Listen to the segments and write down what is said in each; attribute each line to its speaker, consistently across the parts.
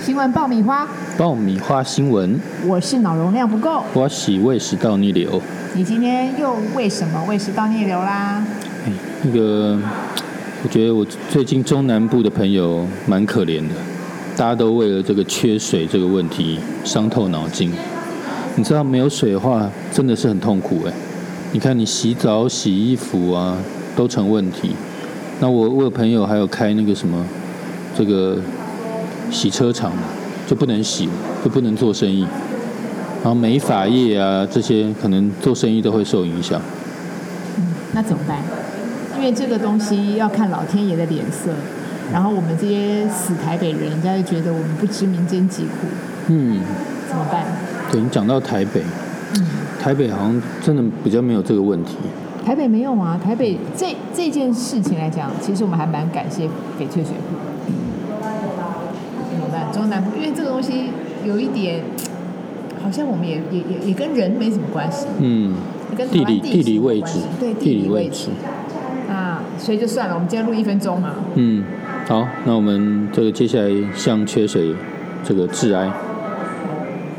Speaker 1: 新闻爆米花，
Speaker 2: 爆米花新闻，
Speaker 1: 我是脑容量不够。
Speaker 2: 我喜胃食道逆流。
Speaker 1: 你今天又为什么胃食道逆流啦？
Speaker 2: 哎，那个，我觉得我最近中南部的朋友蛮可怜的，大家都为了这个缺水这个问题伤透脑筋。你知道没有水的话，真的是很痛苦哎、你看你洗澡、洗衣服啊，都成问题。那我我有朋友还有开那个什么，这个洗车场的，就不能洗，就不能做生意。然后美发业啊，这些可能做生意都会受影响。
Speaker 1: 那怎么办？因为这个东西要看老天爷的脸色，然后我们这些死台北人，人家就觉得我们不知民间疾苦，
Speaker 2: 嗯，
Speaker 1: 怎么办？
Speaker 2: 对你讲到台北，台北好像真的比较没有这个问题。
Speaker 1: 台北没有啊，台北这这件事情来讲，其实我们还蛮感谢翡翠水库。怎么办？中南部，因为这个东西有一点，好像我们也也也也跟人没什么关系，
Speaker 2: 嗯，
Speaker 1: 也跟台
Speaker 2: 地
Speaker 1: 湾
Speaker 2: 理
Speaker 1: 地
Speaker 2: 地
Speaker 1: 形
Speaker 2: 理
Speaker 1: 有
Speaker 2: 位
Speaker 1: 关
Speaker 2: 置
Speaker 1: 系对，
Speaker 2: 地理位
Speaker 1: 位
Speaker 2: 置。
Speaker 1: 啊，所以就算了，我们今天录一分钟嘛。
Speaker 2: 嗯，好，那我们这个接下来向缺水这个致哀。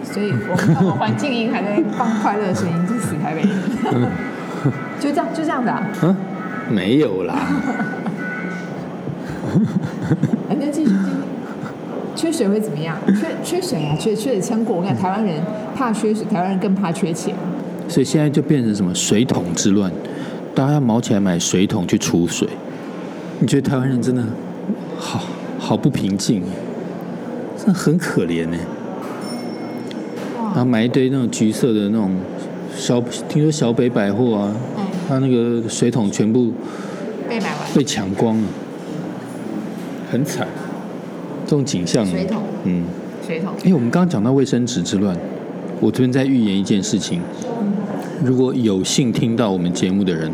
Speaker 1: 所以我们看我们环境音还在放快乐的声音，就是死台北人。 就这样，就这样子啊，
Speaker 2: 嗯，没有啦。
Speaker 1: 人哎家继续继续。缺水会怎么样？缺缺水啊，缺缺水撑过。我跟你讲，台湾人怕缺水，台湾人更怕缺钱。
Speaker 2: 所以现在就变成什么水桶之乱，大家要毛起来买水桶去储水。你觉得台湾人真的好好不平静，真的很可怜呢。然
Speaker 1: 哇，
Speaker 2: 后买一堆那种橘色的那种小，听说小北百货啊，
Speaker 1: 嗯，
Speaker 2: 它那个水桶全部
Speaker 1: 被买完
Speaker 2: 被抢光了，很惨。这种景象，
Speaker 1: 水桶
Speaker 2: 嗯，
Speaker 1: 水桶，
Speaker 2: 哎，我们刚刚讲到卫生纸之乱，我这边在预言一件事情：如果有幸听到我们节目的人，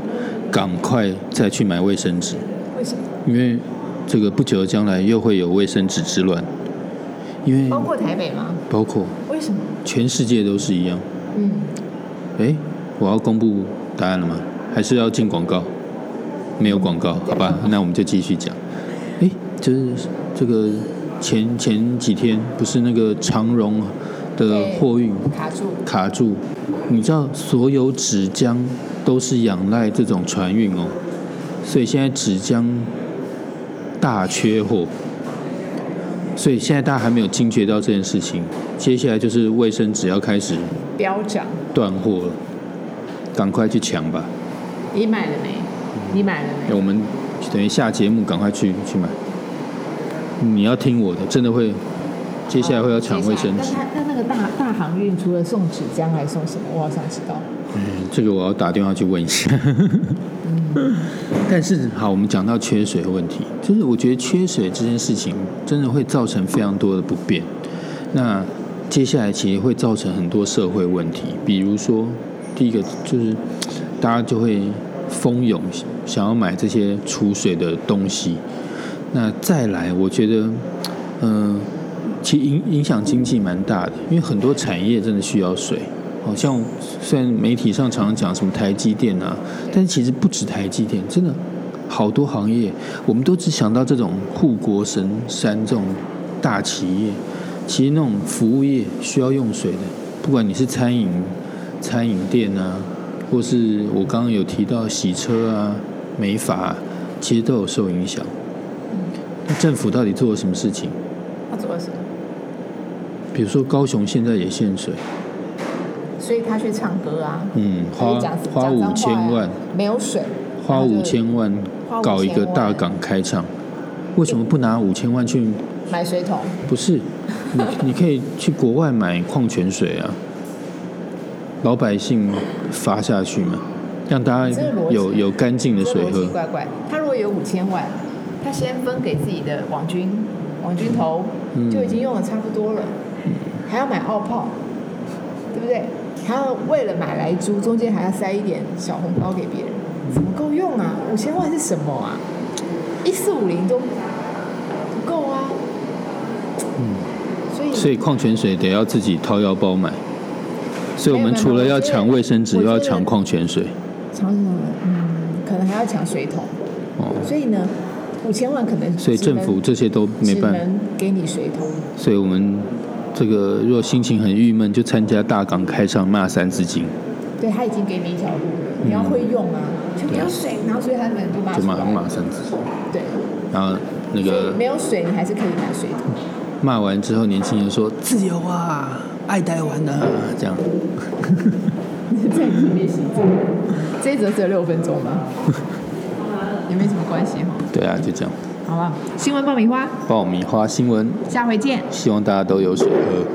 Speaker 2: 赶快再去买卫生纸，
Speaker 1: 为什么？
Speaker 2: 因为这个不久的将来又会有卫生纸之乱，因为
Speaker 1: 嗯包括台北吗？
Speaker 2: 包括
Speaker 1: 为什么？
Speaker 2: 全世界都是一样。
Speaker 1: 嗯，
Speaker 2: 哎，我要公布答案了吗？还是要进广告？没有广告，好吧，那我们就继续讲。哎，就是这个前前几天不是那个长荣的
Speaker 1: 对
Speaker 2: 货运
Speaker 1: 卡住。
Speaker 2: 卡住，你知道所有纸浆都是仰赖这种船运哦，所以现在纸浆大缺货，所以现在大家还没有惊觉到这件事情，接下来就是卫生纸要开始
Speaker 1: 飙涨。
Speaker 2: 断货了，赶快去抢吧！
Speaker 1: 你买了没？你买了
Speaker 2: 哎
Speaker 1: 没？
Speaker 2: 我们等于下节目赶快去去买，你要听我的，真的会，接下来会要抢卫生纸
Speaker 1: 那，他那那个大大航运除了送纸浆，还送什么？我好想知道。
Speaker 2: 嗯这个我要打电话去问一下。 但是好，我们讲到缺水的问题，就是我觉得缺水这件事情真的会造成非常多的不便。那接下来其实会造成很多社会问题，比如说第一个就是大家就会蜂拥想要买这些储水的东西。那再来，我觉得，嗯、其实影影响经济蛮大的，因为很多产业真的需要水。好像虽然媒体上常常讲什么台积电啊，但其实不止台积电，真的好多行业，我们都只想到这种护国神山这种大企业，其实那种服务业需要用水的，不管你是餐饮、餐饮店啊，或是我刚刚有提到洗车啊、美发、啊，其实都有受影响。那政府到底做了什么事情？
Speaker 1: 他做了什么？
Speaker 2: 比如说高雄现在也限水，
Speaker 1: 所以他去唱歌啊，
Speaker 2: 嗯，花
Speaker 1: 他就讲
Speaker 2: 花
Speaker 1: 讲脏
Speaker 2: 五
Speaker 1: 话
Speaker 2: 千万
Speaker 1: 啊，没有水，
Speaker 2: 花五千万
Speaker 1: 花五千万
Speaker 2: 搞一个大港开唱，为什么不拿五千万去？
Speaker 1: 买水桶，
Speaker 2: 不是，你你可以去国外买矿泉水啊，老百姓发下去嘛，让大
Speaker 1: 这
Speaker 2: 家
Speaker 1: 个逻辑
Speaker 2: 有有干净的
Speaker 1: 这
Speaker 2: 水
Speaker 1: 逻辑
Speaker 2: 喝。
Speaker 1: 怪怪。他如果有五千万，他先分给自己的网军、网军头，
Speaker 2: 嗯
Speaker 1: 就已经用的差不多了，还要买奥炮，对不对？还要为了买来租，中间还要塞一点小红包给别人，
Speaker 2: 嗯
Speaker 1: 怎么够用啊？五千万是什么啊？一四五零都不够啊。所以
Speaker 2: 嗯所以矿泉水得要自己掏腰包买。所以我
Speaker 1: 没有
Speaker 2: 们
Speaker 1: 没有
Speaker 2: 除了
Speaker 1: 我
Speaker 2: 要
Speaker 1: 觉得
Speaker 2: 抢卫生纸，
Speaker 1: 我
Speaker 2: 又要
Speaker 1: 觉得
Speaker 2: 抢矿泉水。
Speaker 1: 抢什么？嗯，可能还要抢水桶。
Speaker 2: 哦，
Speaker 1: 所以呢，五千万可能
Speaker 2: 所以政府这些都
Speaker 1: 只
Speaker 2: 没
Speaker 1: 能
Speaker 2: 办法
Speaker 1: 只。能给你水桶，
Speaker 2: 所以我们这个如果心情很郁闷，就参加大港开唱骂三字经，
Speaker 1: 对他已经给你一条路了，你要会用啊，就你要水，然后所以他们就骂
Speaker 2: 就
Speaker 1: 出
Speaker 2: 骂
Speaker 1: 来，
Speaker 2: 骂三字经。
Speaker 1: 对，
Speaker 2: 然后
Speaker 1: 所
Speaker 2: 那
Speaker 1: 以
Speaker 2: 个
Speaker 1: 没有水你还是可以买水桶，
Speaker 2: 骂完之后，年轻人说自由啊，爱台湾啊，这样。
Speaker 1: 在里面洗澡。这一则只有六分钟吗？也没什么关系哈，
Speaker 2: 对啊，就这样。
Speaker 1: 好吧。新闻爆米花，
Speaker 2: 爆米花新闻，
Speaker 1: 下回见。
Speaker 2: 呃希望大家都有水喝。